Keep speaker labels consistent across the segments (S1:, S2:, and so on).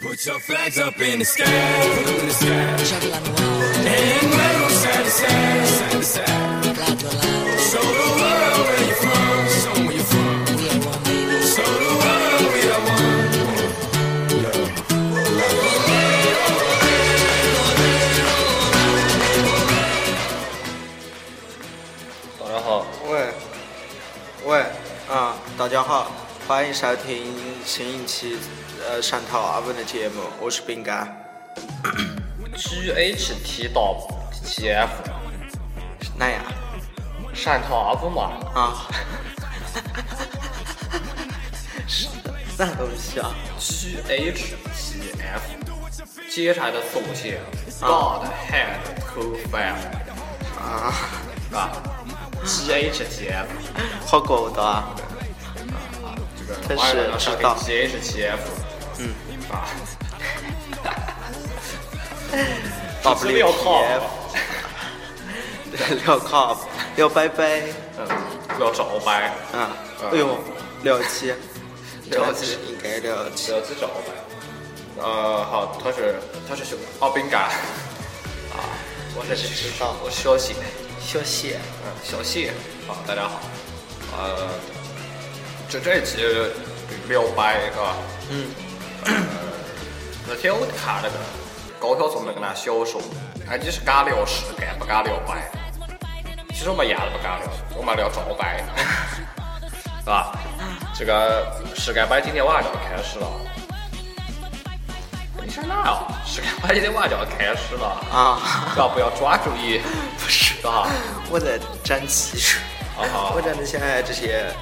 S1: Put your flags up in the sky, put 'em in the sky, and wave 'em side to side, side to side. Show the world where you're from, show 'em where you're from. Show the world we are one.
S2: 早上好，
S3: 喂，喂，啊，大家好，欢迎收听新一期呃汕头阿文的节目，我是饼干，
S2: g H T W T F，
S3: 是哪样？
S2: 汕头阿布嘛，
S3: 啊，是啥东西啊？
S2: G H T F，接下来的缩写，God Hand Co Fire，
S3: 啊，
S2: 是吧？G H T F，
S3: 好高大啊！
S2: 这个
S3: 真是
S2: 网友呢是
S3: 知道
S2: G H T F，嗯，啊，
S3: 大
S2: 是六号，
S3: 六卡，六拜拜，
S2: 嗯，不要找白，
S3: 啊，哎呦，六七，
S2: 嗯六七
S3: 应该六七
S2: 不，要去找白。呃，好，他是他是熊奥宾感，啊，我是知道，我是小谢，
S3: 休息，
S2: 嗯，小谢，啊，大家好，呃，这这一期聊白是吧？
S3: 嗯，
S2: 呃那天我看那个高晓松那个那小说，哎，你是敢聊实干，不敢聊白。其实我们一样都不敢聊，我们聊照白， 是吧？这个实干白今天晚上就要开始了。你说那啊？实干白今天晚上就要开始 了，
S3: 啊。
S2: 要不要抓住一？不是吧？
S3: 我在沾汽水，
S2: 好好
S3: 我真的现在这些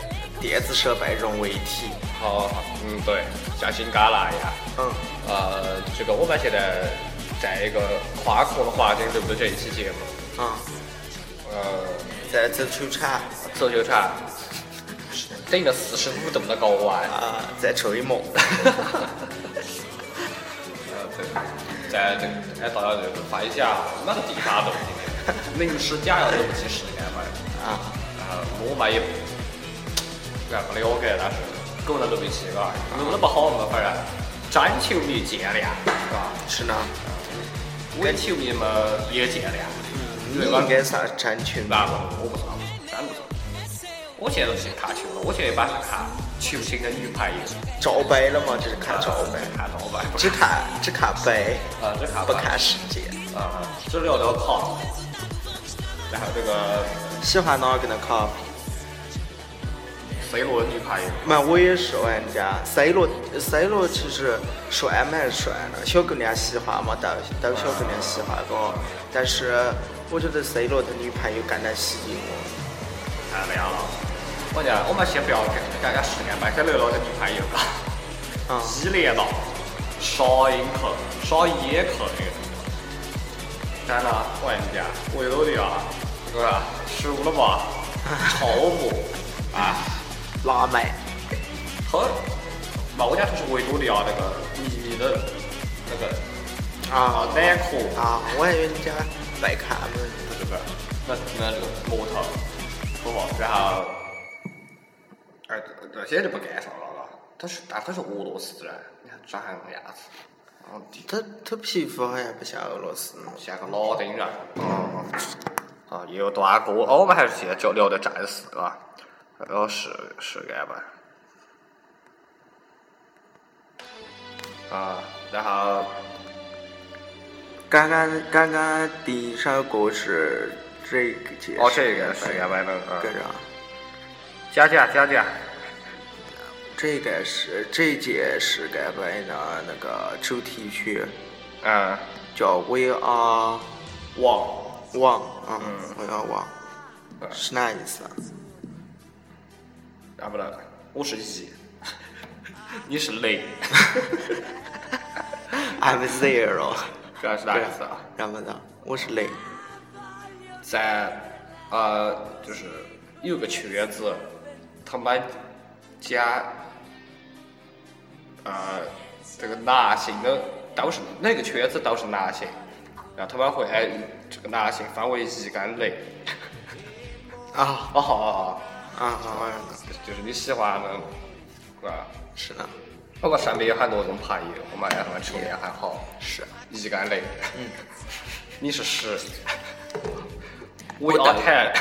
S3: 电子设备融为一体。
S2: 好，好嗯，对，像新旮旯一样。
S3: 嗯，
S2: 呃，这个我们现在在一个跨国的环境，对不对？这一期节目，
S3: 啊、
S2: 呃，
S3: 在自出差
S2: 足球场顶着四十五度的高温，
S3: 啊，在抽一梦。
S2: 呃，对，在这个哎，大家就发一下那个地方东西，临时加要东西实验嘛，
S3: 啊，
S2: 呃，我们也干不了解，但是够能录一期吧，录那么好嘛，反正真球迷见谅，是吧？
S3: 是呢，
S2: 伪球迷们也见谅，
S3: 你应该算沾群
S2: 那
S3: 吧？
S2: 我不知道，真不知道。我现在都去看球了，我现在一般是看球星的女排也是
S3: 罩杯了吗？这是看罩杯，
S2: 看老板，
S3: 只看只看杯，
S2: 啊，这看
S3: 不看世界。
S2: 啊，只聊聊卡。然后这个
S3: 喜欢哪个的卡？
S2: C 罗女排，
S3: 妈，我也是玩家。C 罗，C 罗其实帅蛮帅的，小姑娘喜欢嘛，都都小姑娘喜欢个。但是我觉得 C 罗的女朋友更能吸引我。
S2: 太亮了。我讲，我们先不要跟讲讲时间吧，先聊聊这女排有吧。
S3: 啊、
S2: 伊莲娜、邵英克、邵耶克那个。真的，我跟你讲，我有的啊，这个失误了吧？ 超模啊！
S3: 辣妹，
S2: 和毛家就是维多利亚那个秘密的那个啊
S3: 啊
S2: 内裤，
S3: 啊，我还以为你家白看呢。
S2: 这个那那这个模特，不好，然后哎这些就不干啥了吧？他是但他是俄罗斯人，你看长那个样子，啊，
S3: 她她皮肤好像不像俄罗斯呢。
S2: 像个老丁人。哦、啊，也有段哥，哦，我们还是先聊聊的战士啊，聊实实干吧。啊，然后
S3: 刚刚刚刚第一首歌是这个节
S2: 哦，这个是原版的，
S3: 跟
S2: 嗯，
S3: 着啊，
S2: 加价加价，
S3: 这个是这届是该版的那个主题曲。
S2: 嗯，
S3: 叫 We Are
S2: 网
S3: One，嗯，We Are One
S2: 对
S3: 是那意思啊？
S2: 啊不对，我是一， 你是零，
S3: ？I'm Zero，
S2: 这是哪意思啊？
S3: 然后呢？我是零
S2: 在呃，就是有个圈子，他们家呃，这个男性的都是那个圈子都是男性，然后他们会哎，这个男性分为一跟零，
S3: 啊
S2: 哦好。哦哦
S3: 啊，好像
S2: 就是你喜欢的，是吧？
S3: 是呢，
S2: 不过身边有很多种朋友，我们跟他们处的也很好，
S3: 是啊
S2: 一个类。你是屎，
S3: 我
S2: 我要
S3: 懂
S2: 太，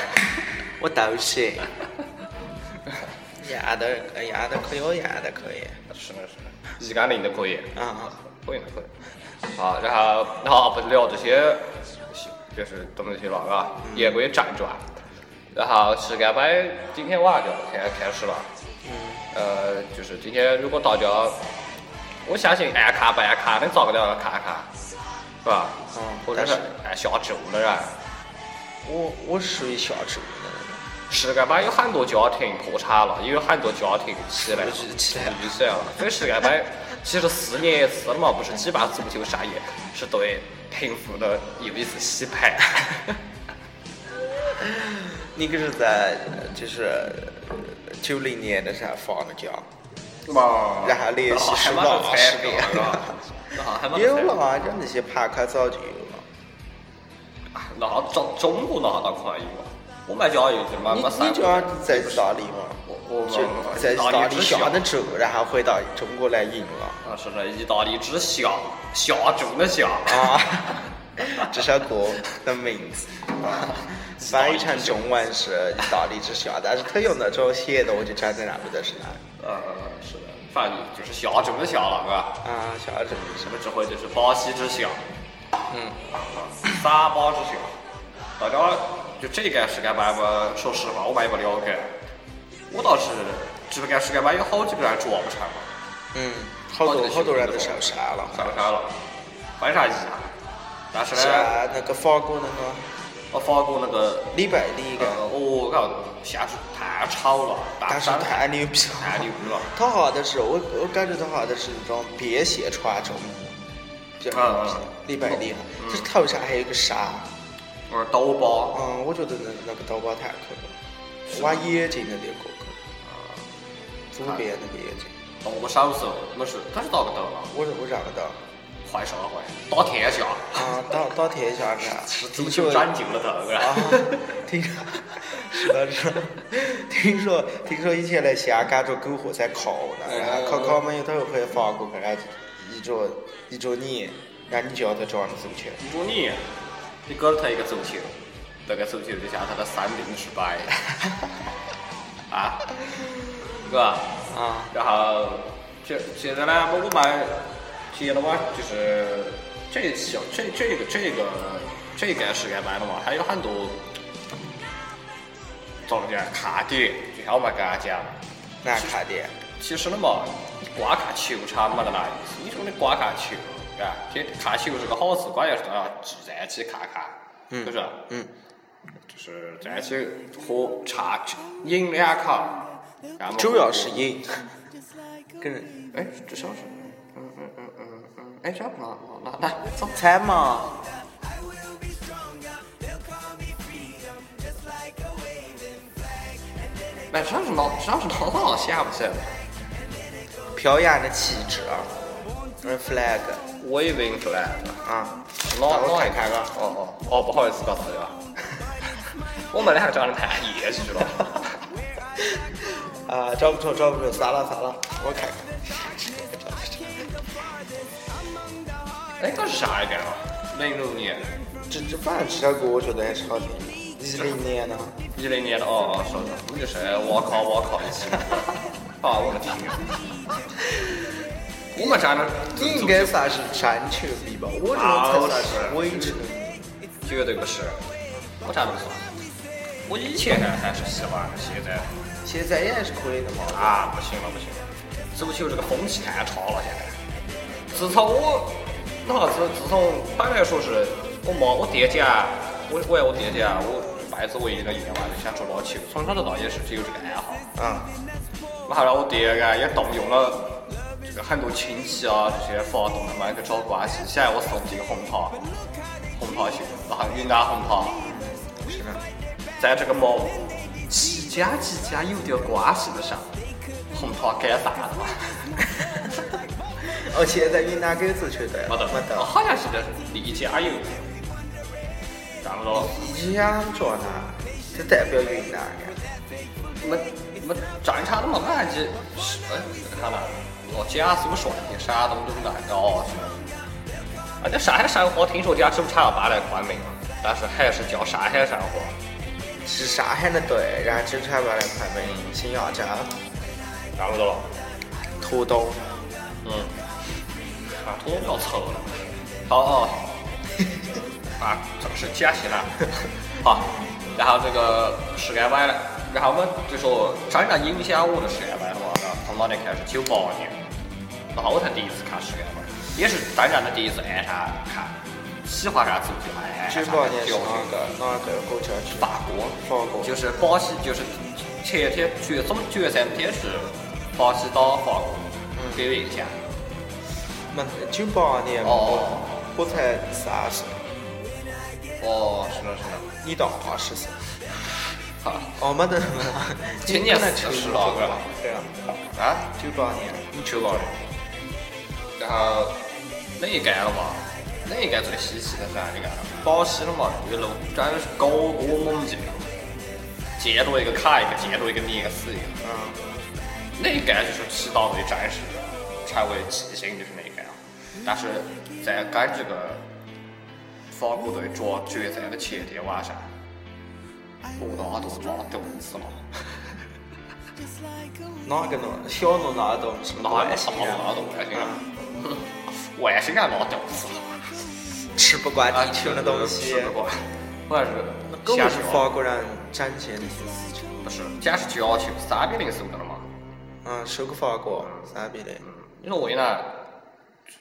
S3: 我 都行。演的演的可以，我演的可以。
S2: 是的，是的，一个类都可以，
S3: 啊，
S2: 可以的，可以。好，然后然后不是聊这些，就是咱们这些了啊，
S3: 嗯
S2: 言归正传。然后世界杯今天晚上就现在开始了，
S3: 嗯
S2: 呃，就是今天如果大家，我相信爱看不爱看，你找个地方看看，是吧？
S3: 嗯
S2: 或者是
S3: 但是
S2: 爱下注的啊人。
S3: 我我属于下注的，
S2: 世界杯有很多家庭破产了，也有很多家庭起来了，
S3: 富裕起来了
S2: 富裕起来了。所以世界杯其实四年一次嘛，不是举办足球盛宴，是对贫富的又一次洗 牌。
S3: 你可是在呃就是九零年的时候放的假，
S2: 嘛
S3: 然后联系
S2: 哦还
S3: 是
S2: 没得
S3: 老
S2: 彩
S3: 师
S2: 票是 吧？然后还没得
S3: 有
S2: 彩
S3: 了
S2: 票，
S3: 啊，就那些牌卡早就有了。
S2: 然后中中国哪哪可以嘛？我们家有就没
S3: 你
S2: 啊没三
S3: 你
S2: 个
S3: 就要在意大利嘛，
S2: 我我们
S3: 就在意大利下的注，然后回到中国来赢了
S2: 啊，是那意大利之下下注的下
S3: 啊！这首歌的名字啊，翻译成中文是意大利之下，但是他用那种写的，我就真的认不得是哪
S2: 呃，是的，反正就是下注的下了，是吧？
S3: 啊，下的是
S2: 什么智慧就是巴西之象，嗯，沙巴之象，大家就这个世界杯嘛，说实话我们也不了解，我倒是只不过世界杯有好几个人抓不成嘛，
S3: 嗯，好多好多人都受伤
S2: 受
S3: 了，
S2: 伤了，没啥意思啊。但是
S3: 是
S2: 呢，
S3: 啊，那个法国那个
S2: 我法国那个，
S3: 礼拜里
S2: 呃，
S3: 个，
S2: 我靠，下去太吵了，
S3: 但是太牛逼
S2: 太
S3: 了
S2: 牛。逼了。
S3: 他好的是我，我感觉他好的是那种别鞋穿中，比较
S2: 嗯嗯
S3: 厉害厉害。就是头上还有个纱，
S2: 我说刀疤，
S3: 嗯，我觉得那那个刀疤太可了，挖眼睛那点可可，左边那个眼睛，
S2: 刀手手，没事，他哦是刀个刀吧？
S3: 我我找不到
S2: 坏啥坏？刀天下，
S3: 啊，到到天下 是
S2: 足
S3: 听
S2: 球
S3: 说
S2: 占尽了这个。
S3: 啊， 听说是的是的， 听说听说以前来香港做篝火才烤呢，然后烤烤嘛，有头回法国去，然后一桌一桌你，然后你叫他装足球。
S2: 如你，你给了他一个足球，这个足球就像他的三明治白，啊，是吧？
S3: 啊，
S2: 然后接接着呢，我们接了嘛，就是这小这这个这个这个世界杯了嘛，还有很多中间看点，就像我们刚才讲的。
S3: 那卡的，
S2: 其实那么，你光看球场没得那意思。你说你光看球，啊，这看球是个好事，关键是都要聚在一起看看，是不是？
S3: 嗯，
S2: 就是在一起喝茶、饮两口，然后
S3: 主要是赢，跟人
S2: 哎，这像是，嗯嗯嗯嗯嗯，哎，这样哪哪哪哪走？
S3: 猜嘛，
S2: 哎，这样是哪这样是哪哪想不起来了？
S3: 飘扬的旗帜啊，red flag
S2: 我也晕出来了。
S3: 啊，
S2: 那
S3: 我
S2: 那
S3: 看看啊，
S2: 哦哦哦，不好意思，告诉你啊，我们两个长得太业余了。
S3: 啊，找不着找不着，算了算了，我看看，
S2: 哎，那是啥一点啊？零六年，
S3: 这这反正这首歌我觉得还是好听的，一零年呢，
S2: 一零年的哦，是的，我们就是我靠我靠 一起。啊，我的天！我们站的
S3: 你应该算是山丘迷吧，我觉得才算是伪球迷，
S2: 绝对不是，我站的不是。我以前呢还是喜欢，现在
S3: 现在也还是可以的嘛，
S2: 啊不行了不行了，足球这个风气太差了现在。自从我，那自自从本来说是我妈我爹家，我我爱我爹家，我辈子唯一的愿望就想做老球，从小到大也是只有这个爱好。
S3: 啊，
S2: 然后呢，我爹啊也动用了这个很多亲戚啊这些发动他们去找关系，想让我送进红桃，红桃去，然后云南红桃，
S3: 是的，
S2: 在这个某几家几家有点关系的上，红桃改散了嘛，
S3: 哦，现在云南给足球队
S2: 没得
S3: 没得，
S2: 好像是在丽江有，然后
S3: 你想着呢，这代表云南的。
S2: 没没正常的嘛，俺就，哎，看到老家是不是说的？山东都是南高什么？啊，那上海生活听说家只差了八来块没有，但是还是叫上海生活。
S3: 是上海的对，然后只差把来快门，新亚洲、
S2: 差不多了。
S3: 土豆，
S2: 嗯，啊，土豆要臭了。好哦，啊，这个是假戏了。好，然后这个石干湾了，然后我们就说真正影响我的石干湾的话，那从哪年开始？九八年，然后我才第一次看石干湾，也是真正的第一次爱上看，喜欢上足球，爱
S3: 九
S2: 上
S3: 八年是
S2: 教
S3: 哪
S2: 育。
S3: 个哪个国家去？
S2: 法国，
S3: 法国
S2: 就是巴西，就是前天决总决赛那天是巴西打法国，给我印象。
S3: 那九八年嘛
S2: 哦
S3: 我我才三岁，
S2: 哦，是了是了，
S3: 你到二十岁，
S2: 好，
S3: 哦，没得，
S2: 今年四十了是吧
S3: 对啊，
S2: 啊，
S3: 九八年，
S2: 你去过了。然后那一届了嘛，那一届最稀奇的是哪一届？巴西了嘛，一路真的是高歌猛进，接着一个卡一个，接着一个碾死一个。
S3: 嗯，
S2: 那一杆就是七大队战士，成为极星就是那一杆。但是在跟这个法国队抓决赛的前天晚上，博纳多抓肚子了，
S3: 哪个呢？小诺哪个什么
S2: 哪有
S3: 外
S2: 什
S3: 星
S2: 么
S3: 人？
S2: 拿肚外星人？外星人拿肚子了
S3: 吃不惯
S2: 啊！
S3: 地球的东西
S2: 吃，不惯，我也是
S3: 根
S2: 瞎
S3: 本是
S2: 说
S3: 法国人展现的。
S2: 不是，简直就要求三比零输的了嘛。
S3: 嗯，输给法国三比零。
S2: 你说为呢？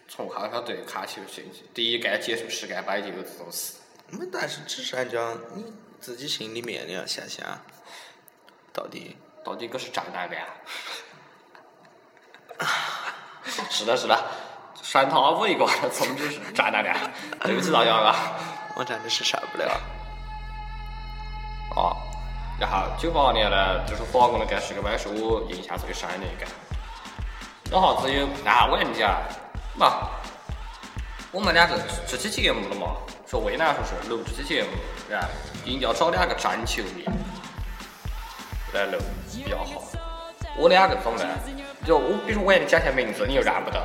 S2: 从看他队看起就是第一杆接受十杆扳机的这种事。
S3: 那么但是至少讲你自己心里面你要想想，到底
S2: 到底哥是长哪个呀？ 是的，是的，山涛问一个，总之是长哪个？对不起大家啊。
S3: 我真的是受不了。
S2: 哦，然后九八年呢，就是法国那个世界杯是我印象最深的一个。然后只有啊，我跟你讲，嘛，我们俩是这期节目了嘛，说为难说是录这期节目，然后应该要找两个真球迷来录比较好。我两个怎么呢？就我，比如我给你讲些名字，你又认不得。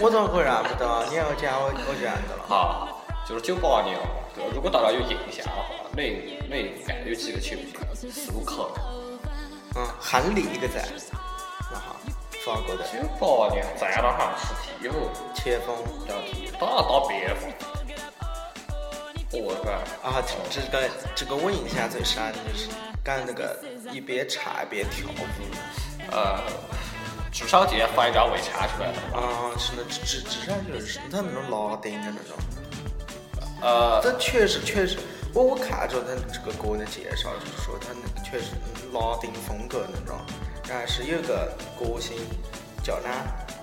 S3: 我咋会认不到？你要讲我我认得了。
S2: 啊，就是九八年，如果大家有印象的话，那那应该有几个球迷，四五个。
S3: 嗯，韩立一个在，那好，法国的
S2: 九八年在那哈是替补，
S3: 前锋
S2: 然后替打打边锋。我靠，
S3: 啊，这这个这个我印象最深的就是干那个一边唱一边跳舞
S2: 呃，至少这些反家围掐出来的。
S3: 啊，是那至至至少就是他那种拉丁的那种。
S2: 呃，
S3: 这确实确实，我我看着他这个歌的介绍，就是说他那确实拉丁风格那种，然后是有个歌星叫哪？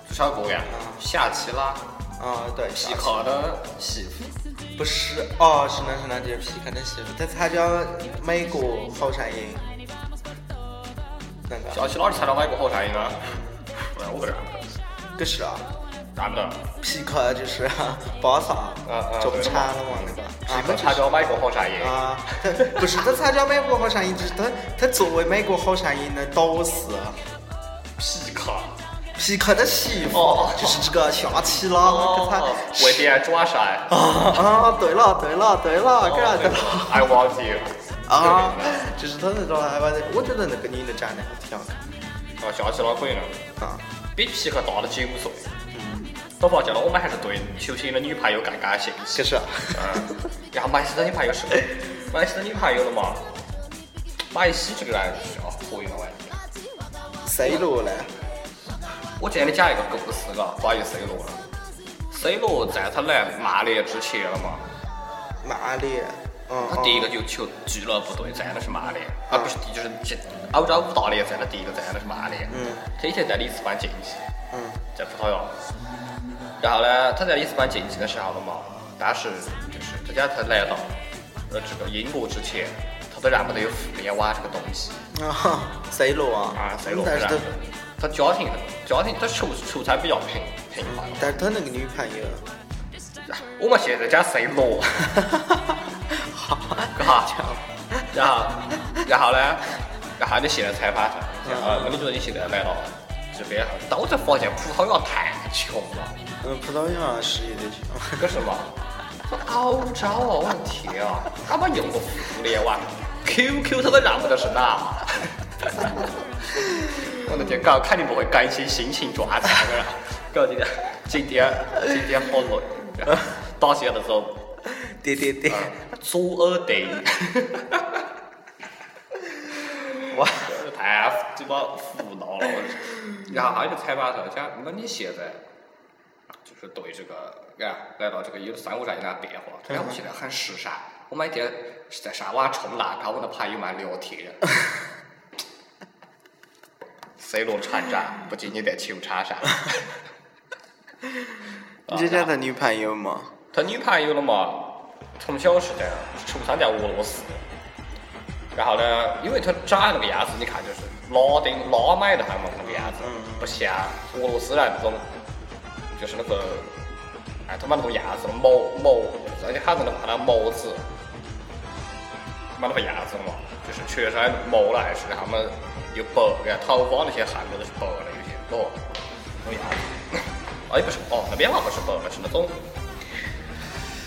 S2: 至少个人，夏奇拉、
S3: 啊、对，
S2: 皮卡的媳妇，
S3: 不是哦，是那是那就是皮克的媳妇，他参加美国好声音，那个
S2: 夏奇拉是参加外国好声音啊？哎我不认得，
S3: 可是啊，
S2: 认不得。
S3: 皮克就是 巴萨
S2: 啊啊
S3: 中
S2: 对
S3: 产了嘛那个，
S2: 他
S3: 啊
S2: 们
S3: 那就是
S2: 参加外国好声音。
S3: 啊， 他不是他参加美国好声音，就是他他作为美国好声音的导师。
S2: 皮卡。
S3: 皮克的媳妇，
S2: 哦
S3: 就是这个夏奇拉，跟他
S2: 哦，外边抓山。
S3: 啊啊，对了对了对
S2: 哦
S3: 了，跟他的
S2: 爱忘记
S3: 啊，就是他那种还把，我觉得那个女的长得还挺好
S2: 啊，想起了鬼了，
S3: 看啊，
S2: 比皮克大了九岁。都发现了，我们还是对球星的女朋友更感兴趣。
S3: 就是啊
S2: 嗯，然后梅西的女朋友是，梅西的女朋友了嘛？梅西这个人是啊，可以了喂。
S3: C 罗嘞，
S2: 我今天讲一个故事啊，关于 C 罗了。C 罗在他来曼联之前了嘛，
S3: 马里，嗯，
S2: 他啊第一个就球俱乐部队站的是曼联，啊不是，就是这欧洲五大联赛的第一个站的是曼联。
S3: 嗯，
S2: 他以前在里斯本竞技。
S3: 嗯，
S2: 在葡萄牙。然后呢，他在里斯本竞技的时候了嘛，当时就是大家他来到呃这个英国之前，他都认不得有互联网这个东西
S3: 嗯啊，C 罗啊，
S2: 啊，所以我不
S3: 但是
S2: 认
S3: 他
S2: 得。他家庭家庭他出出差比较频频繁。
S3: 但是他那个女朋友，
S2: 我们现在讲 C 罗，哈，然后然后呢，然后你现在裁判他，呃，那你觉得你现在来到这边，但我才发现葡萄牙太穷了。
S3: 嗯，葡萄牙是有点 穷。
S2: 个什么？欧洲啊，我的天啊，干嘛用个互联网？QQ 他都认不得是哪？ 我的天，哥，肯定不会更新心情状态了。哥，今天今天今天好累，打起来的时候
S3: 对对
S2: 啊
S3: 对，
S2: 左耳 钉，
S3: 哇，
S2: 太鸡巴胡闹了。我去然后还有一个采访条件，你说你现在就是对这个，哎，来到这个一三五上有点变化。虽然我现在很时尚，我每天是在沙发冲浪，跟我的朋友们聊 天。C 罗船长不仅仅在球场上，啊
S3: 你这叫他女朋友吗？
S2: 他女朋友了嘛，从小是在出生在俄罗斯，然后呢，因为他长那个样子，你看就是拉丁拉美的他们那个样子，不像俄罗斯人那种，就是那个，哎，他妈那种样子，毛毛，而且还是那怕那毛子，妈那个样子嘛，就是全身毛来是他们有白，然后头发那些汗毛都是白的，有些老，那个样子， 哎不是哦，那边话不是白，是那种。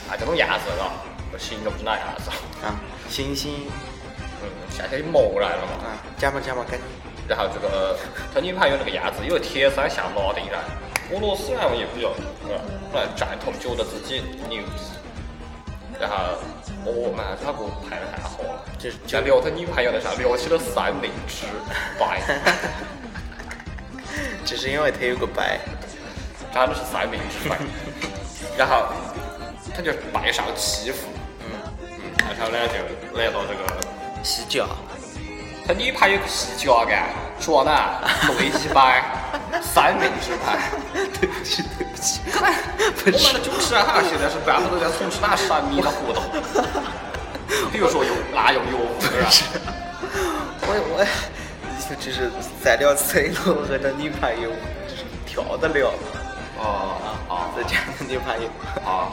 S2: 啊，这种样子啊，我心都不是那样子。
S3: 啊，行行，
S2: 嗯，夏天冒来了嘛。
S3: 啊，加吧加吧，赶紧。
S2: 然后这个 他女朋友那个样子，因为天生像拉丁人，俄罗斯人也比较呃，不然战头觉得自己牛逼。然后我妈他给我拍的太好了，
S3: 就是
S2: 在聊他女朋友的时候聊起了三明治，白，
S3: 只是因为他有个白，
S2: 真的是三明治白。然后他就拜上祈福，嗯嗯，然后呢就来到这个。
S3: 洗脚，
S2: 他女朋友洗脚干，说呢，一起摆， 三明治摆。
S3: 对不起对不起，
S2: 我们的主持人哈，现在是办不都在从事哪神秘的活动？ 比如说用滥用药物， 是吧？
S3: 我我就是在聊 C 罗和他女朋友，就是跳得了，
S2: 哦
S3: 再加他女朋友，
S2: 哦哦，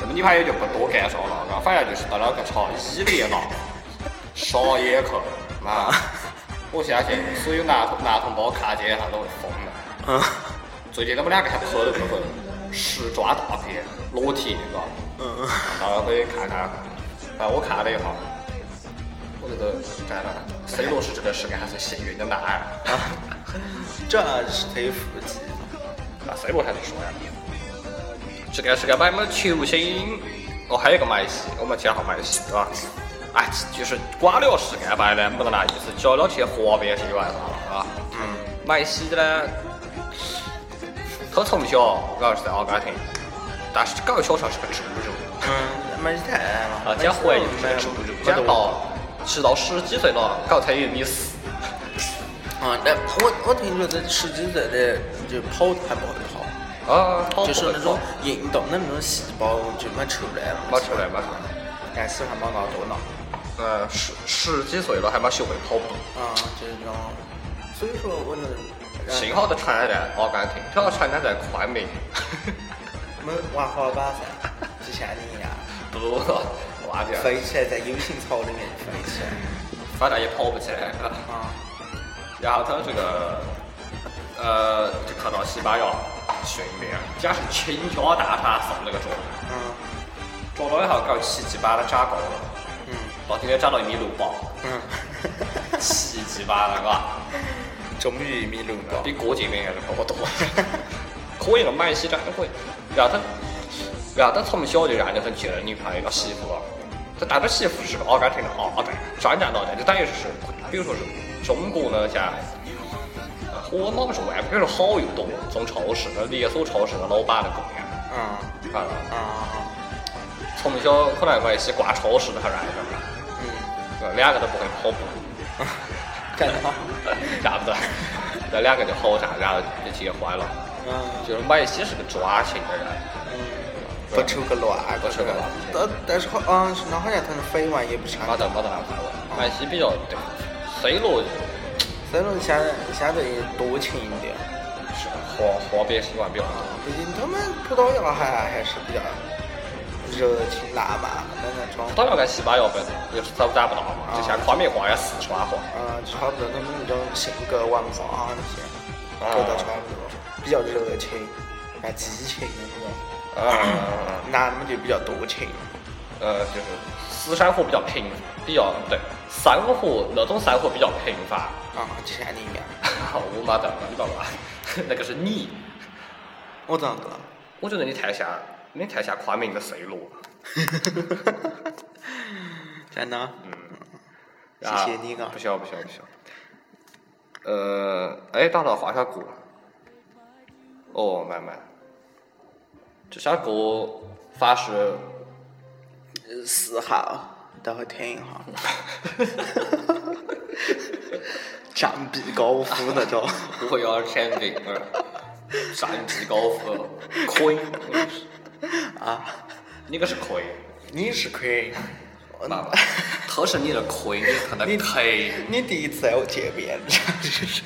S2: 那么女朋友就不多干啥了，然后反正就是到那个查伊莲娜，傻眼去啊！我相信所有男同男同胞看见他都会疯的。
S3: 嗯，
S2: 最近他们两个还拍了那个时装大片，裸体那个。
S3: 嗯，
S2: 大家可以看看。啊，我看了一下，我觉得真的，C 罗是这个世界还是幸运的男儿。
S3: 这是他有腹肌，
S2: 那 C 罗还是说呀，这个世界杯没球星，哦，还有一个梅西，我们讲下梅西，对吧？哎，就是光聊世界杯呢，没得那意思，讲聊些花边新闻啥了，啊。嗯，梅西呢，他从小我是在阿根廷，但是搞小时候是个侏儒。
S3: 嗯，蛮太矮了，
S2: 啊，讲怀就是这个程度，讲到直到十几岁了，搞才有你死。
S3: 啊，那我我听说他十几岁的就跑得还跑得好。
S2: 啊，好
S3: 就是那种
S2: 好
S3: 运动的那种细胞就没出来了，
S2: 没出来没出来。
S3: 但是还没熬多呢。
S2: 呃，十十几岁了还没学会跑步，
S3: 啊，就是这种，所以说我呃能
S2: 幸好他参加在阿根廷，他要参加在昆明，
S3: 没玩滑板噻，就像你一样，
S2: 不，我天，
S3: 飞起来在 U 型槽里面飞起来。
S2: 反正也跑不起来了。
S3: 啊，
S2: 然后他这个，呃，就看到西班牙训练，讲是倾家荡产送那个桌，
S3: 嗯
S2: 抓到以后搞奇迹般的长高了，
S3: 嗯
S2: 到今天长到一米六 八，
S3: 嗯，
S2: 奇迹般的，嘎。
S3: 终于一米六高。
S2: 比郭敬明还是高多。可以了，买西展会，然后他，然后他从小就让着他接了女朋友媳妇啊。他但他媳妇是个阿根廷的二代，专战老代，就等于是，比如说是中国呢，像，呃河南不是外，比如说好友多，从超市的连锁超市的老板的供养，
S3: 嗯
S2: 啊，
S3: 啊
S2: 从小可能外西逛超市的还让着，
S3: 嗯，
S2: 呃两个都不会跑步，
S3: 干得好。
S2: 咋不得？那两个就好上，然后就结婚了。
S3: 嗯
S2: 就是梅西是个专情的人，
S3: 不出个乱，
S2: 不出个乱
S3: 但但是好，嗯，是那好像他的绯闻也不长
S2: 没。得没得安排过。梅西比较对，C 罗
S3: 这种相相对多情一点。啊
S2: 是花花边新闻比较多。
S3: 毕竟他们葡萄牙还还是比较热情浪漫的那种，
S2: 当然跟西班牙不也是走沾不到嘛，就像昆明话呀、四川话。
S3: 呃，差不多他们那种性格、文化啊那些。各到场合比较热情，啊，激情的
S2: 嗯，
S3: 那种，男的嘛就比较多情，
S2: 呃， 就是私生活比较平，比较对，生活那种生活比较平凡。
S3: 啊，千里眼，
S2: 我妈蛋了，你爸爸， 那个是你。
S3: 我咋个了？
S2: 我觉得你太像，你太像宽明的啊 C 罗。
S3: 真的？谢
S2: 啊
S3: 谢你啊
S2: 不需要，不需要，不需要。呃，哎，打到华山歌了。哦，慢慢。这首歌发誓，
S3: 呃四号，待会听一 下。战臂高夫那种，
S2: 我要产品儿，山地高夫，亏
S3: 啊，
S2: 你个是亏，
S3: 你是可以。
S2: 爸爸，他是你的亏，你是他的
S3: 你
S2: 亏。
S3: 你第一次在我见面，真是。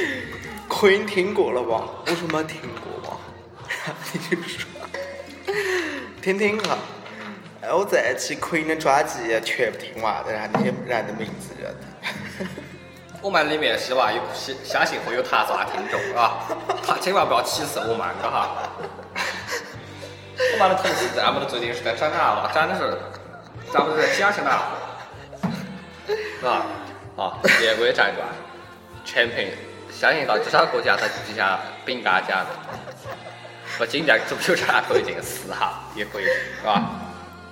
S3: 亏你听过了吧？我说没听过吧。 你就说，听听哈。哎，我在起亏的专辑全部听完了，然后你也不然你的名字认得。
S2: 我们里面希望有相相信会有他这样听众啊，他千万不要歧视我们的哈。我们的同事咱们的最近是在长安了，真的是，咱们是在乡下呢。啊，好，言归正传，全凭相信到至少国家在底下饼干家的，我今天足球场可以进四哈，也可以是吧？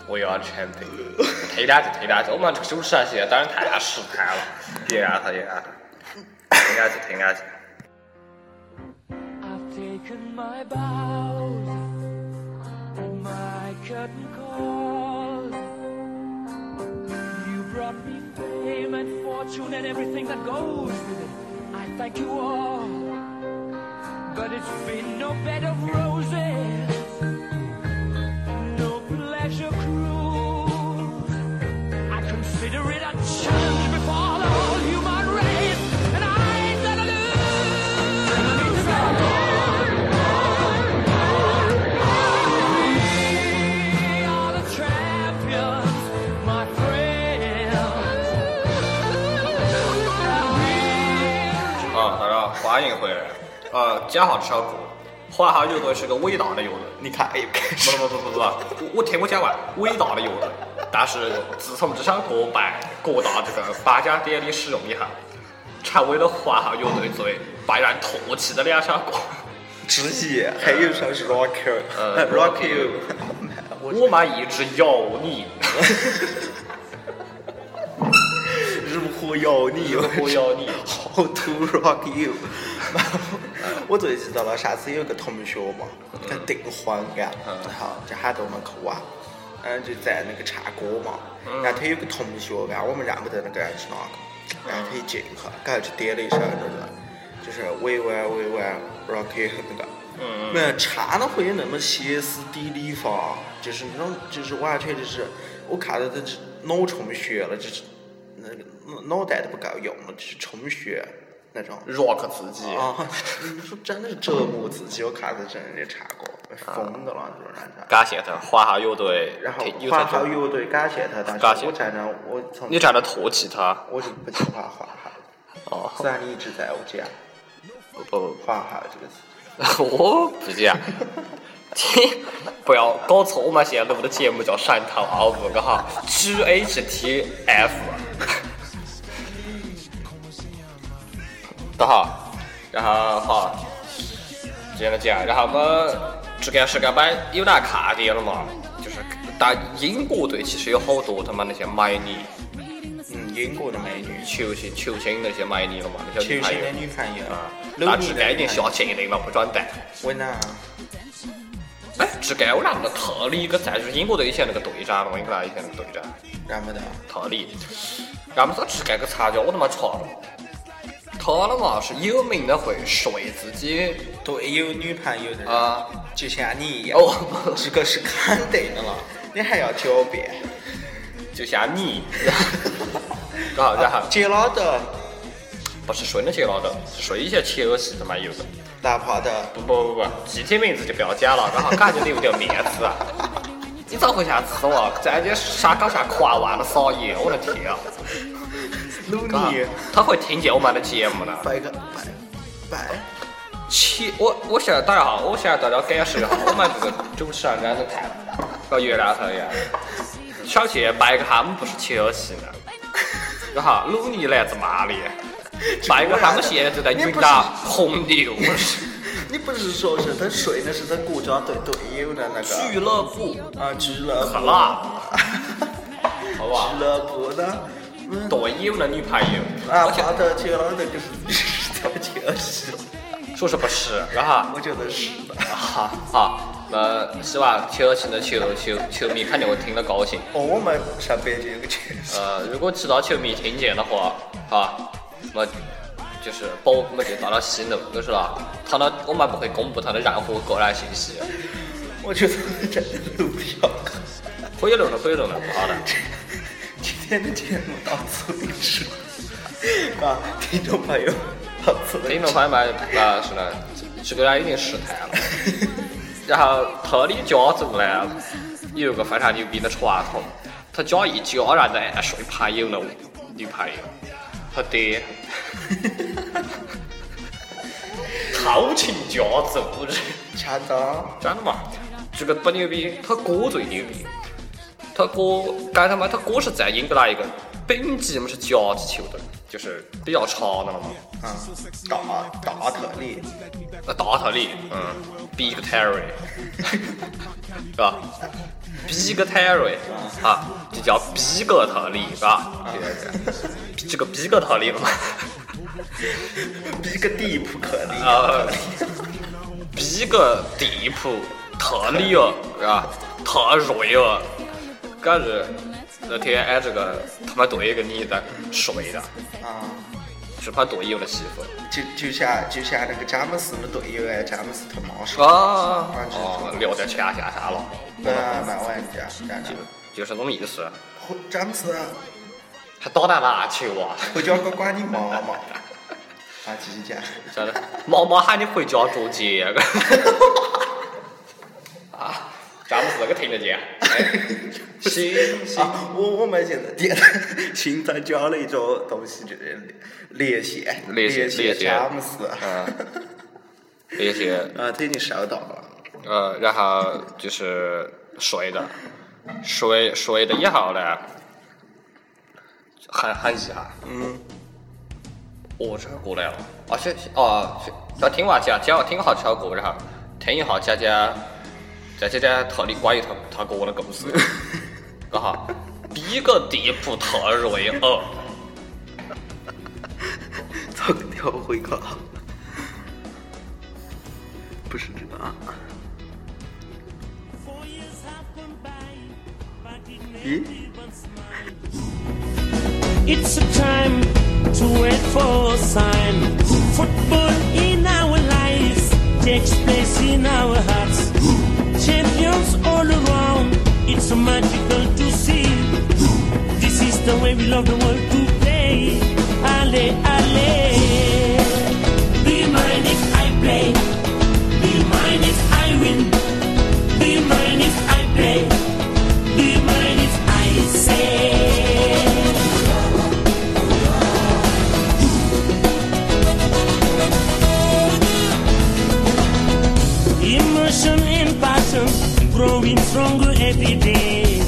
S2: 我要全凭，推两就推两句，我们这个主持人现在当然太实态了，也让他也啊让他，推两句推两句。
S4: I've taken my bows and my curtain calls. You brought me fame and fortune and everything that goes with it. I thank you all. But it's been no bed of roses, no pleasure cruise. I consider it a challenge before the whole human race, and I ain't gonna lose. We are the champions, my friends. We
S2: 啊，大家欢迎回来。呃，讲好这首歌，华夏乐队是个伟大的乐队。
S3: 你看，又哎开始。
S2: 不不不不不，我我听我讲完，伟大的乐队。但是自从这首歌被各大这个颁奖典礼使用以后，成为了华夏乐队最被人唾弃的两首歌。
S3: 之一，还有一首是 Rock You，
S2: 呃
S3: Rock You，
S2: 我们一直要你，
S3: 如何要 你？
S2: 我要你。
S3: How to Rock You。我最记得了，上次有个同学嘛，他订婚啊，然后就喊到我们去玩，嗯，就在那个唱歌嘛，然后他有个同学啊，我们认不得那个人是哪个，然后他一进去，刚才就点了一首那个，就是啊 We Will We Will Rock You 那个。那唱的会有那么歇斯底里法，就是那种，就是完全就是，我看到他就脑充血了，就是那个脑脑袋都不够用了，就是充血那种。
S2: rock 自己，
S3: 啊，你说真的是折磨自己，我看着真的查过，疯的了，就是那种。
S2: 感谢他华夏乐队
S3: 然后
S2: 听有
S3: 花
S2: 这
S3: 好
S2: 种，
S3: 乐队感谢他，
S2: 感
S3: 但
S2: 谢
S3: 是我真的我从
S2: 你站着唾弃他
S3: 我就不喜欢花好，
S2: 哦，
S3: 虽然你一直在我讲
S2: 不不 不。
S3: 花好这个词。
S2: 我不 讲，听，不要搞错，我们现在录的节目叫《山头傲物》，个哈，G H T F，的哈，然后好，这样的讲，然后我们这个是个版有点看点了嘛，就是但英国队其实有好多他妈那些美女，
S3: 嗯，英国的美女，
S2: 球星球星那些美女了嘛，那些女
S3: 球
S2: 朋友
S3: 星的女朋友
S2: 啊，，
S3: 鲁
S2: 但
S3: 尼
S2: 是
S3: 的
S2: 该已
S3: 女
S2: 经
S3: 朋
S2: 下
S3: 友，
S2: 禁令了，不准带。
S3: 我呢，
S2: 哎，这个我让那个特里个在就是英国队以前那个队长嘛，英格兰以前那个队长
S3: 认不得，
S2: 特里，俺们说这个个参加我他妈查了，他了嘛是有名的会睡自己
S3: 对，有女朋友的人，
S2: 啊，
S3: 就像你一样，
S2: 哦
S3: 这个是肯 定的了，你还要狡辩，
S2: 就像你， 然后然后
S3: 杰拉德，
S2: 不是睡那些了的，是睡一些切尔西他妈有的，
S3: 哪怕的，
S2: 不不不不，具体名字就不要讲了，然后感觉你有点面子啊。 你咋回下吃嘛？咱这瞎搞下狂玩的撒野，我的天啊！
S3: 鲁尼。啊
S2: 他会听见我们的节目呢。
S3: 拜个拜败。
S2: 七，我我现在大家好，我现在大家感受一下我们这个主持人真的太搞月亮头一样。小谢拜个他们不是球星呢，然后鲁尼来自马里，拜个他们现在就在云南红牛
S3: 你不是说是他水那是他国家队队友的那个
S2: 俱乐部
S3: 啊俱乐部
S2: 克拉，好不好
S3: 俱？乐部的，嗯
S2: 队友的女朋友，
S3: 啊，
S2: 我觉
S3: 跑到去了那个是 他们就是，
S2: 得说是不是？然后
S3: 我觉得是的。
S2: 好好，那希望球星的球球球迷肯定会听得高兴。
S3: 哦，我们上北京有个确实，
S2: 呃，如果其他球迷听见的话，哈，那就是把我们就当了洗脑，就是啦。他的我们不会公布他的任何个人信息，
S3: 我觉得真的录不了。
S2: 可以弄的，可以弄的，不好的。
S3: 今天的节目到此为止，啊，听众朋友，到此为
S2: 听
S3: 止。
S2: 众朋友们，啊，是的，这个人已经失态了。然后他的家族呢，有一个非常牛逼的传统，他家一家人呢是朋友的女朋友，他爹，偷情家族。
S3: 恰当。
S2: 真的嘛？这个不牛逼，他哥最牛逼。他哥，该他妈，他哥是在英格兰一个丙级嘛，是甲级球队，就是比较长的了嘛。
S3: 啊，大大特例，
S2: 那大特里，嗯，Big Terry，是吧？Big Terry 啊，就叫 Big 特里，是吧？这个这个 Big 特里嘛，
S3: 比个地普可例，
S2: 啊，Big 迪普特里尔，是吧？特瑞尔，感觉那天俺这个他妈队一个女的睡了，
S3: 啊，
S2: 是他队友的媳妇
S3: 就就像就像那个詹姆斯的队友哎，詹姆斯他妈说，
S2: 啊
S3: 啊这
S2: 哦，聊得恰恰下了，
S3: 那蛮玩家感觉，
S2: 就是那么意思，
S3: 回詹姆斯
S2: 还打打篮球啊。
S3: 回家管管你妈妈，啊，继续讲，
S2: 真的，毛毛喊你回家捉鸡， 啊，詹姆斯个听得见。行 行，
S3: 啊，我我们现在点新增加了一种东西，就是连线，
S2: 连线
S3: 线
S2: 连线
S3: 詹姆斯，
S2: 嗯那些
S3: 啊，这已经收到了，
S2: 呃，然后就是睡的， 睡睡的以后呢，很很遗憾，
S3: 嗯，
S2: 哦，这个过啊来了，啊，是是哦，是要听完讲讲听好这歌，然后听一下讲讲再讲讲特里关于他他哥的 故事，干 哈？比个地普特瑞哦尔。
S3: 找个调回稿，不是这个啊。咦，
S5: It's a time to wait for a sign. Football in our lives takes place in our hearts. Champions all around, it's so magical to see. This is the way we love the world to play. Ale, ale. Be mine if I play. Be mine if I win. Be mine if I play. Be mine if I say. Emotion and passion growing stronger every day.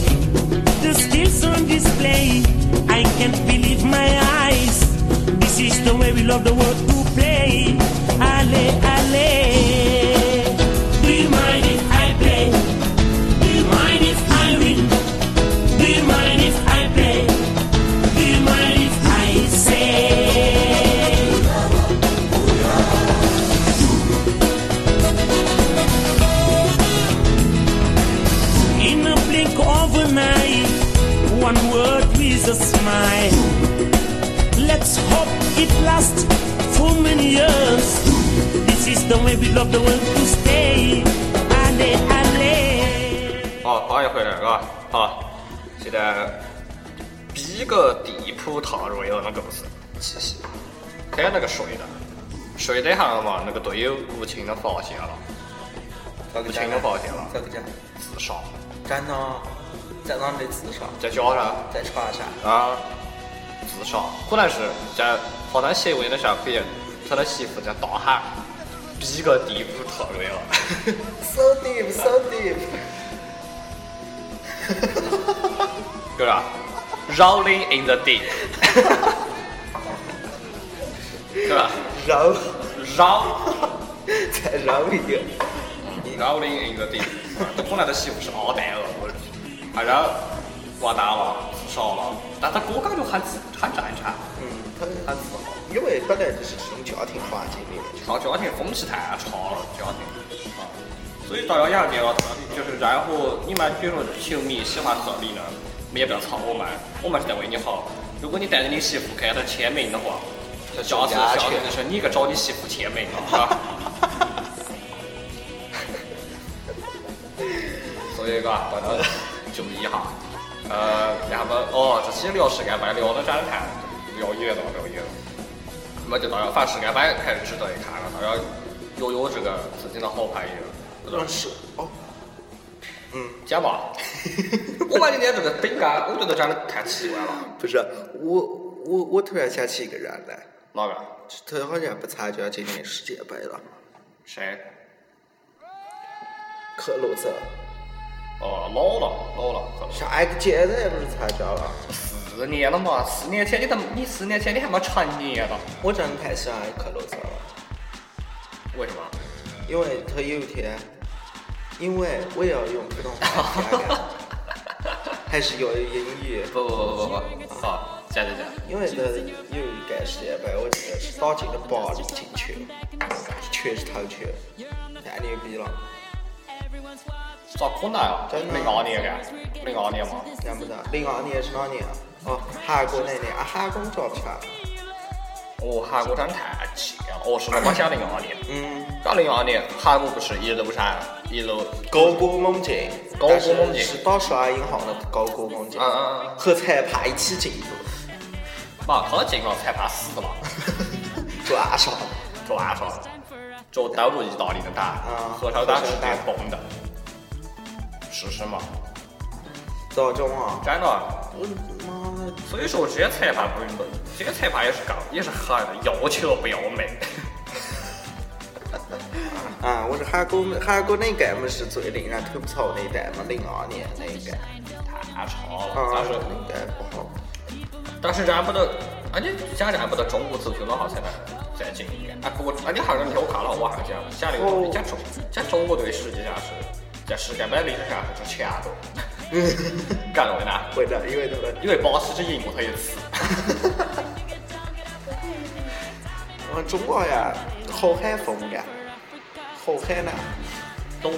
S5: The skills on display, I can't believe my eyes. This is the way we love the world to play. Ale, ale. Be mine if I play. Be mine if I win. Be mine if I play. Be mine if I say. In a blink of an eye, one word with a smile. Let's hope it lasts for many years. This is the way we love the world to stay. Ale, ale.
S2: 好，欢迎回来，啊！好，现在逼个地铺套入有那个不是，嘻嘻，看那个睡的，睡了一下嘛，那个队友无情的发现了，
S3: 找个
S2: 无情的发现了，
S3: 找个讲，
S2: 自杀，
S3: 站到站到你自杀，
S2: 在加上
S3: 在床上，
S2: 啊，自杀，可能是在发展协会的时候，可以他的戏份在导下逼格低不讨论了。
S3: ，so deep so deep，
S2: 对吧？Rolling in the deep，对吧
S3: 揉
S2: ？Roll
S3: 再揉一个，
S2: Rolling in the deep，他本来的戏份是熬蛋了，我啊，然后完蛋了，少了，但他歌感觉很自很正常，
S3: 嗯，他
S2: 很自豪。
S3: 因为本来就是这种家庭环境里面，
S2: 到家庭风气太差了，家庭啊，所以大家也要见到他们，就是然后你们比如说球迷喜欢何力呢，你们也不要吵我们，我们是在为你好。如果你带着你媳妇看他签名的话，这下次下次就是你去找你媳妇签名了，是吧？所以嘎，大家注意一下。呃，然后哦，这期聊是干班聊的展开，聊远了，聊远了。那就当然，凡是安排还是值得一看的。当然，悠悠这个自己的好朋友，对吧
S3: 嗯是哦，
S2: 姐吧，我们今天这个饼干，我觉得长得太奇怪了。
S3: 不是啊我我我突然想起一个人来，
S2: 哪个？
S3: 他好像不参加今年世界杯了，
S2: 谁？
S3: 克鲁泽，
S2: 哦，老了，老了，可能
S3: 像挨个杰他也不是参加了，
S2: 四年了嘛？四年前你怎么？你四年前你还没成年呢？
S3: 我真的太喜欢克鲁泽了，
S2: 为什么？
S3: 因为他有一天，因为我要用普通话讲的，还是要有英语。
S2: 不不不不不，啊好，讲讲讲。
S3: 因为他有一个世界杯，我记得是打进了八粒进球，一球是头球，太牛逼了！
S2: 咋可能啊？
S3: 真的
S2: 零二年的，零二年嘛，
S3: 认不得，零二年是哪年啊？哦，韩国那年啊，韩国抓不出来。
S2: 哦，韩国真太气了，哦，是的，我想零二年。
S3: 嗯，
S2: 到零二年，韩国不是一路上一路
S3: 高歌猛进，
S2: 高歌猛进
S3: 但是是打刷银行的高啊歌猛进
S2: 嗯嗯嗯，
S3: 和裁判一起 进入，
S2: 把他进了裁判死了，
S3: 抓上。
S2: 抓上了，就兜住意大利的蛋
S3: 嗯，
S2: 核桃蛋是带崩的，是什么？
S3: 咋讲啊？
S2: 真的，
S3: 我妈的，
S2: 所以说这些裁判不不，这些裁判也是高，也是狠的，要球不要命。
S3: 啊，我是韩国，韩国那个么是最令人吐槽的一代嘛，零二年那个，
S2: 太差了，
S3: 啊
S2: 但，是
S3: 那个不好。
S2: 但是咱不得，啊你想咱不得中国足球那好才能再进一个，啊不过啊你还是你我看了我还讲，讲那个讲中讲中国队实际上是在世界杯历史上是前的，干了呢？
S3: 会的，因为他们
S2: 因为巴西只赢过他一次。
S3: 我们中国呀，好海风呀，好海南，
S2: 东，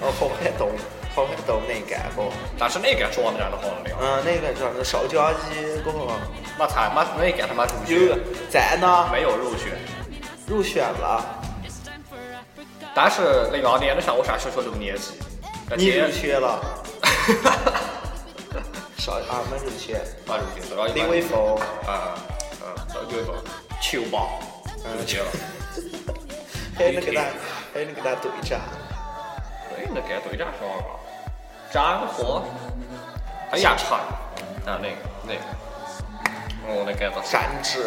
S3: 哦，好海东，好海东那个不，
S2: 但是那个装的真的好能聊，
S3: 嗯，那个叫那邵佳一个，
S2: 那才那那个他妈入
S3: 有
S2: 选，
S3: 在呢，
S2: 没有入选。
S3: 入选了，
S2: 但是零二年的时候我上小学六年级，那
S3: 你
S2: 天
S3: 入选了，邵啊没入选，
S2: 啊入选，然后
S3: 林伟峰，
S2: 啊啊，有一个球吧，入选了。
S3: 还有那个男，还有那个男队长，
S2: 哎，那该对战是吧？张火，哎呀，差，啊那个那个，哦那该咋？
S3: 詹志，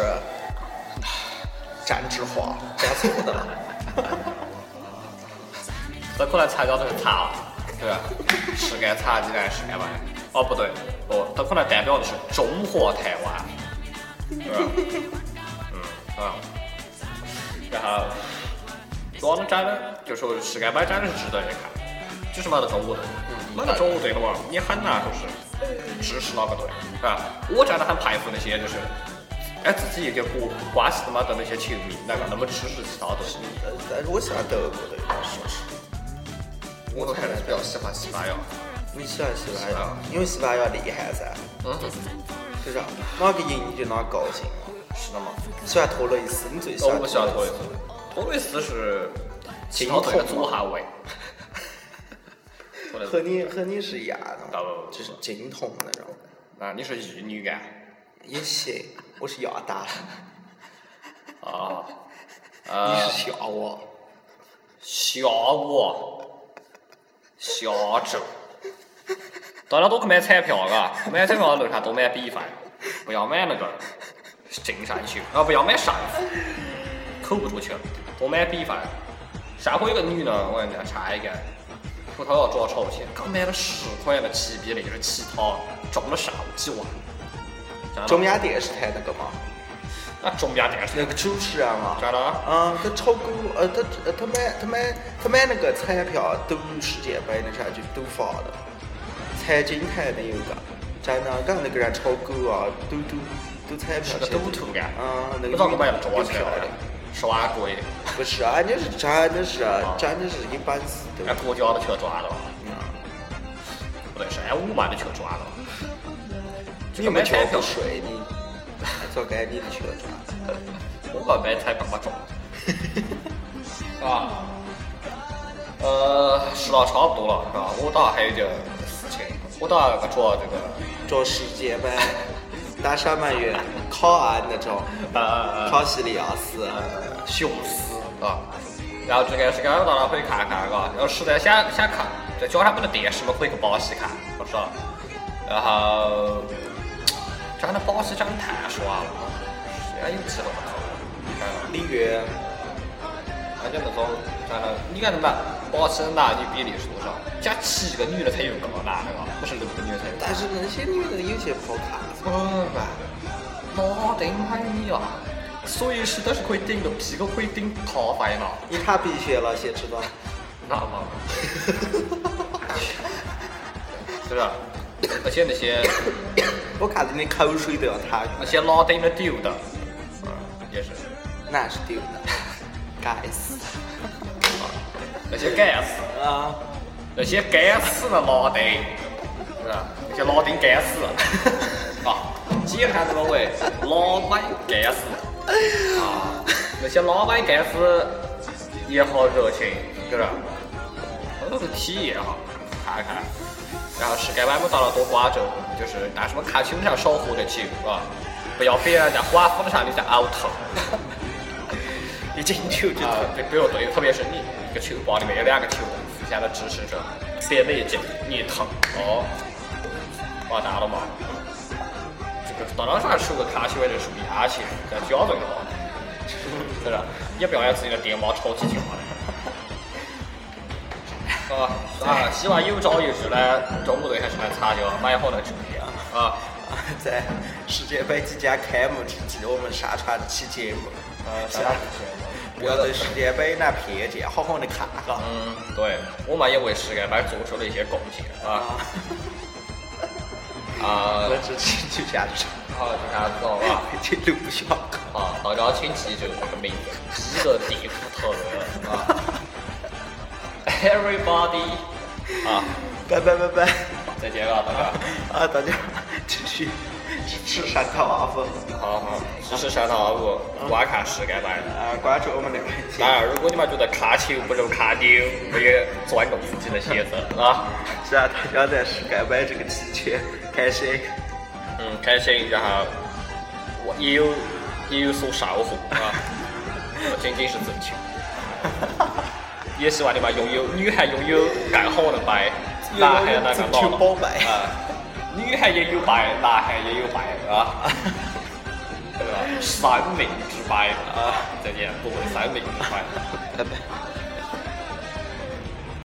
S3: 詹志华，讲错的了，
S2: 这可能参加的是他，对吧？是该他竟然是台湾，哦不对，哦，他可能代表的是中华台湾，对吧？嗯啊，然后，主要的展呢，就说世界杯展是值得一看，就是没得中国队，没得中国队的话，你很难就是呃支持哪个队，是吧？我真的很佩服那些就是。哎，自己一点国关系都没得那些球迷，那个那么支持其他队，
S3: 呃但是我喜欢德国队，说实话，
S2: 我都还是比较喜欢西班牙。
S3: 你喜欢西班
S2: 西班
S3: 牙，因为西班牙厉害噻。
S2: 嗯，
S3: 就是啊哪个赢你就哪个高兴嘛。
S2: 是的嘛。
S3: 喜欢托雷斯，你最喜
S2: 哦
S3: 欢？
S2: 我不喜欢哦托雷斯，托雷斯是
S3: 金
S2: 条腿的
S3: 童
S2: 左后 卫。托雷
S3: 和
S2: 斯
S3: 你和你是一样
S2: 哦
S3: 的嘛，就是金童那种。
S2: 啊，你是玉女感
S3: 也行，我是亚达，
S2: 啊？
S3: 你
S2: 呃，
S3: 是夏娃，
S2: 下午下周，大家都去买彩票嘎，买彩票的路上都买比分，不要买那个净山球，啊，不要买上扣不出去了，我买比饭。下回一个女呢，我跟你讲，下一个葡萄要主要炒起，刚买了十块的七比零的乞讨，中了下午几万。真的
S3: 中央电视台那个嘛，
S2: 那中央电视
S3: 那个主持人嘛，
S2: 真的
S3: 啊，他炒股，呃，他呃他买他买他买那个彩票赌世界杯那啥就赌发的，财经台的有个，真的，刚才那个人炒股啊，赌赌赌彩票
S2: 是个
S3: 去的
S2: 赌徒干
S3: 啊，那个
S2: 不知道买了多少
S3: 有
S2: 钱
S3: 票的，，
S2: 十万贵，
S3: 不是啊，你是真的是真的是一般是都
S2: 俺国家都去抓了，
S3: 嗯
S2: 不对，是俺五妈都去抓了。
S3: 你们
S2: 买
S3: 全
S2: 彩票
S3: 不睡你，早该你的去了 抓，
S2: 我把买菜爸爸种了，啊，呃，吃到差不多了，是吧？我打还有点事情，我打那个主要这个，
S3: 找世界杯，打上半月考啊那种。
S2: 呃，
S3: 考西里亚斯，
S2: 雄狮啊，然后这个是刚刚到那可以看看，嘎，要实在想想看，在脚上没得电视嘛，可以去巴西看，我说，然后讲的巴西讲的太爽了，虽然有激动，看看。
S3: 里约
S2: 而且那种，反正你看什么，保持男女比例是多少？加七个女的才有个男的啊，不是六个女的才有。
S3: 但是那些女的有些不好看，
S2: 怎么办？那顶还你啊！所以是都是可以顶的，屁股可以顶咖啡嘛，
S3: 你看鼻血了，先 知道。
S2: 那嘛，是不是？而且那些
S3: 我看着你口水都要淌，
S2: 那些老顶的丢的，嗯，也是，
S3: 那是丢 的，该死
S2: 那些该死，
S3: 啊！
S2: 那些该死的老丁，是吧？那些老丁该死，啊，解看这个为老板该死，啊，那些老板该死也好热情，是不是？都是体验哈，看看。然后是该晚我到了多花粥，就是但是我看清上少喝点酒啊，不要别人在花府上你在熬头。
S3: 一进球就
S2: 啊，对，不用对，特别是你一个球包里面有两个球，底下的支持者，别没劲，你疼哦，完蛋了嘛！这个到那上出个卡西或者出个牙签，再矫正一 下，是不是？也不要让自己的爹妈超级听话的。 啊啊！希望有朝一日呢，中国队还是能参加，买好能注意啊！啊，
S3: 在世界杯即将开幕之际，我们上传期节目，
S2: 呃，
S3: 是啊不要对世界杯那偏见，好好的看看。
S2: 嗯，对，我们也为世界杯做出了一些贡献啊
S3: 啊，
S2: 啊！
S3: 我这期就这样子，
S2: 好，就啥子好吧？
S3: 这录不下去。
S2: 啊，大家请记住这个名字，一个地府头人啊。Everybody，啊，
S3: 拜拜拜拜，
S2: 再见了，大家。
S3: 啊，大家继续吃山啊茶瓦粉。
S2: 好好，支持山堂五，观看世界杯。
S3: 啊，关注我们的微信
S2: 当，然，如果你们觉得看球不如看牛，可以钻动自己的鞋子啊。
S3: 是啊，大家在世界杯这个期间开心。
S2: 嗯，开心，然后我也有也有所收获啊，不仅仅是挣钱。也希望你们拥有女孩拥有更好的掰，男孩那个
S3: 有
S2: 老
S3: 有宝贝
S2: 啊，女孩也有掰，男孩也有掰啊，对吧？三明之掰啊，再见，不为三明之掰。
S3: 拜拜。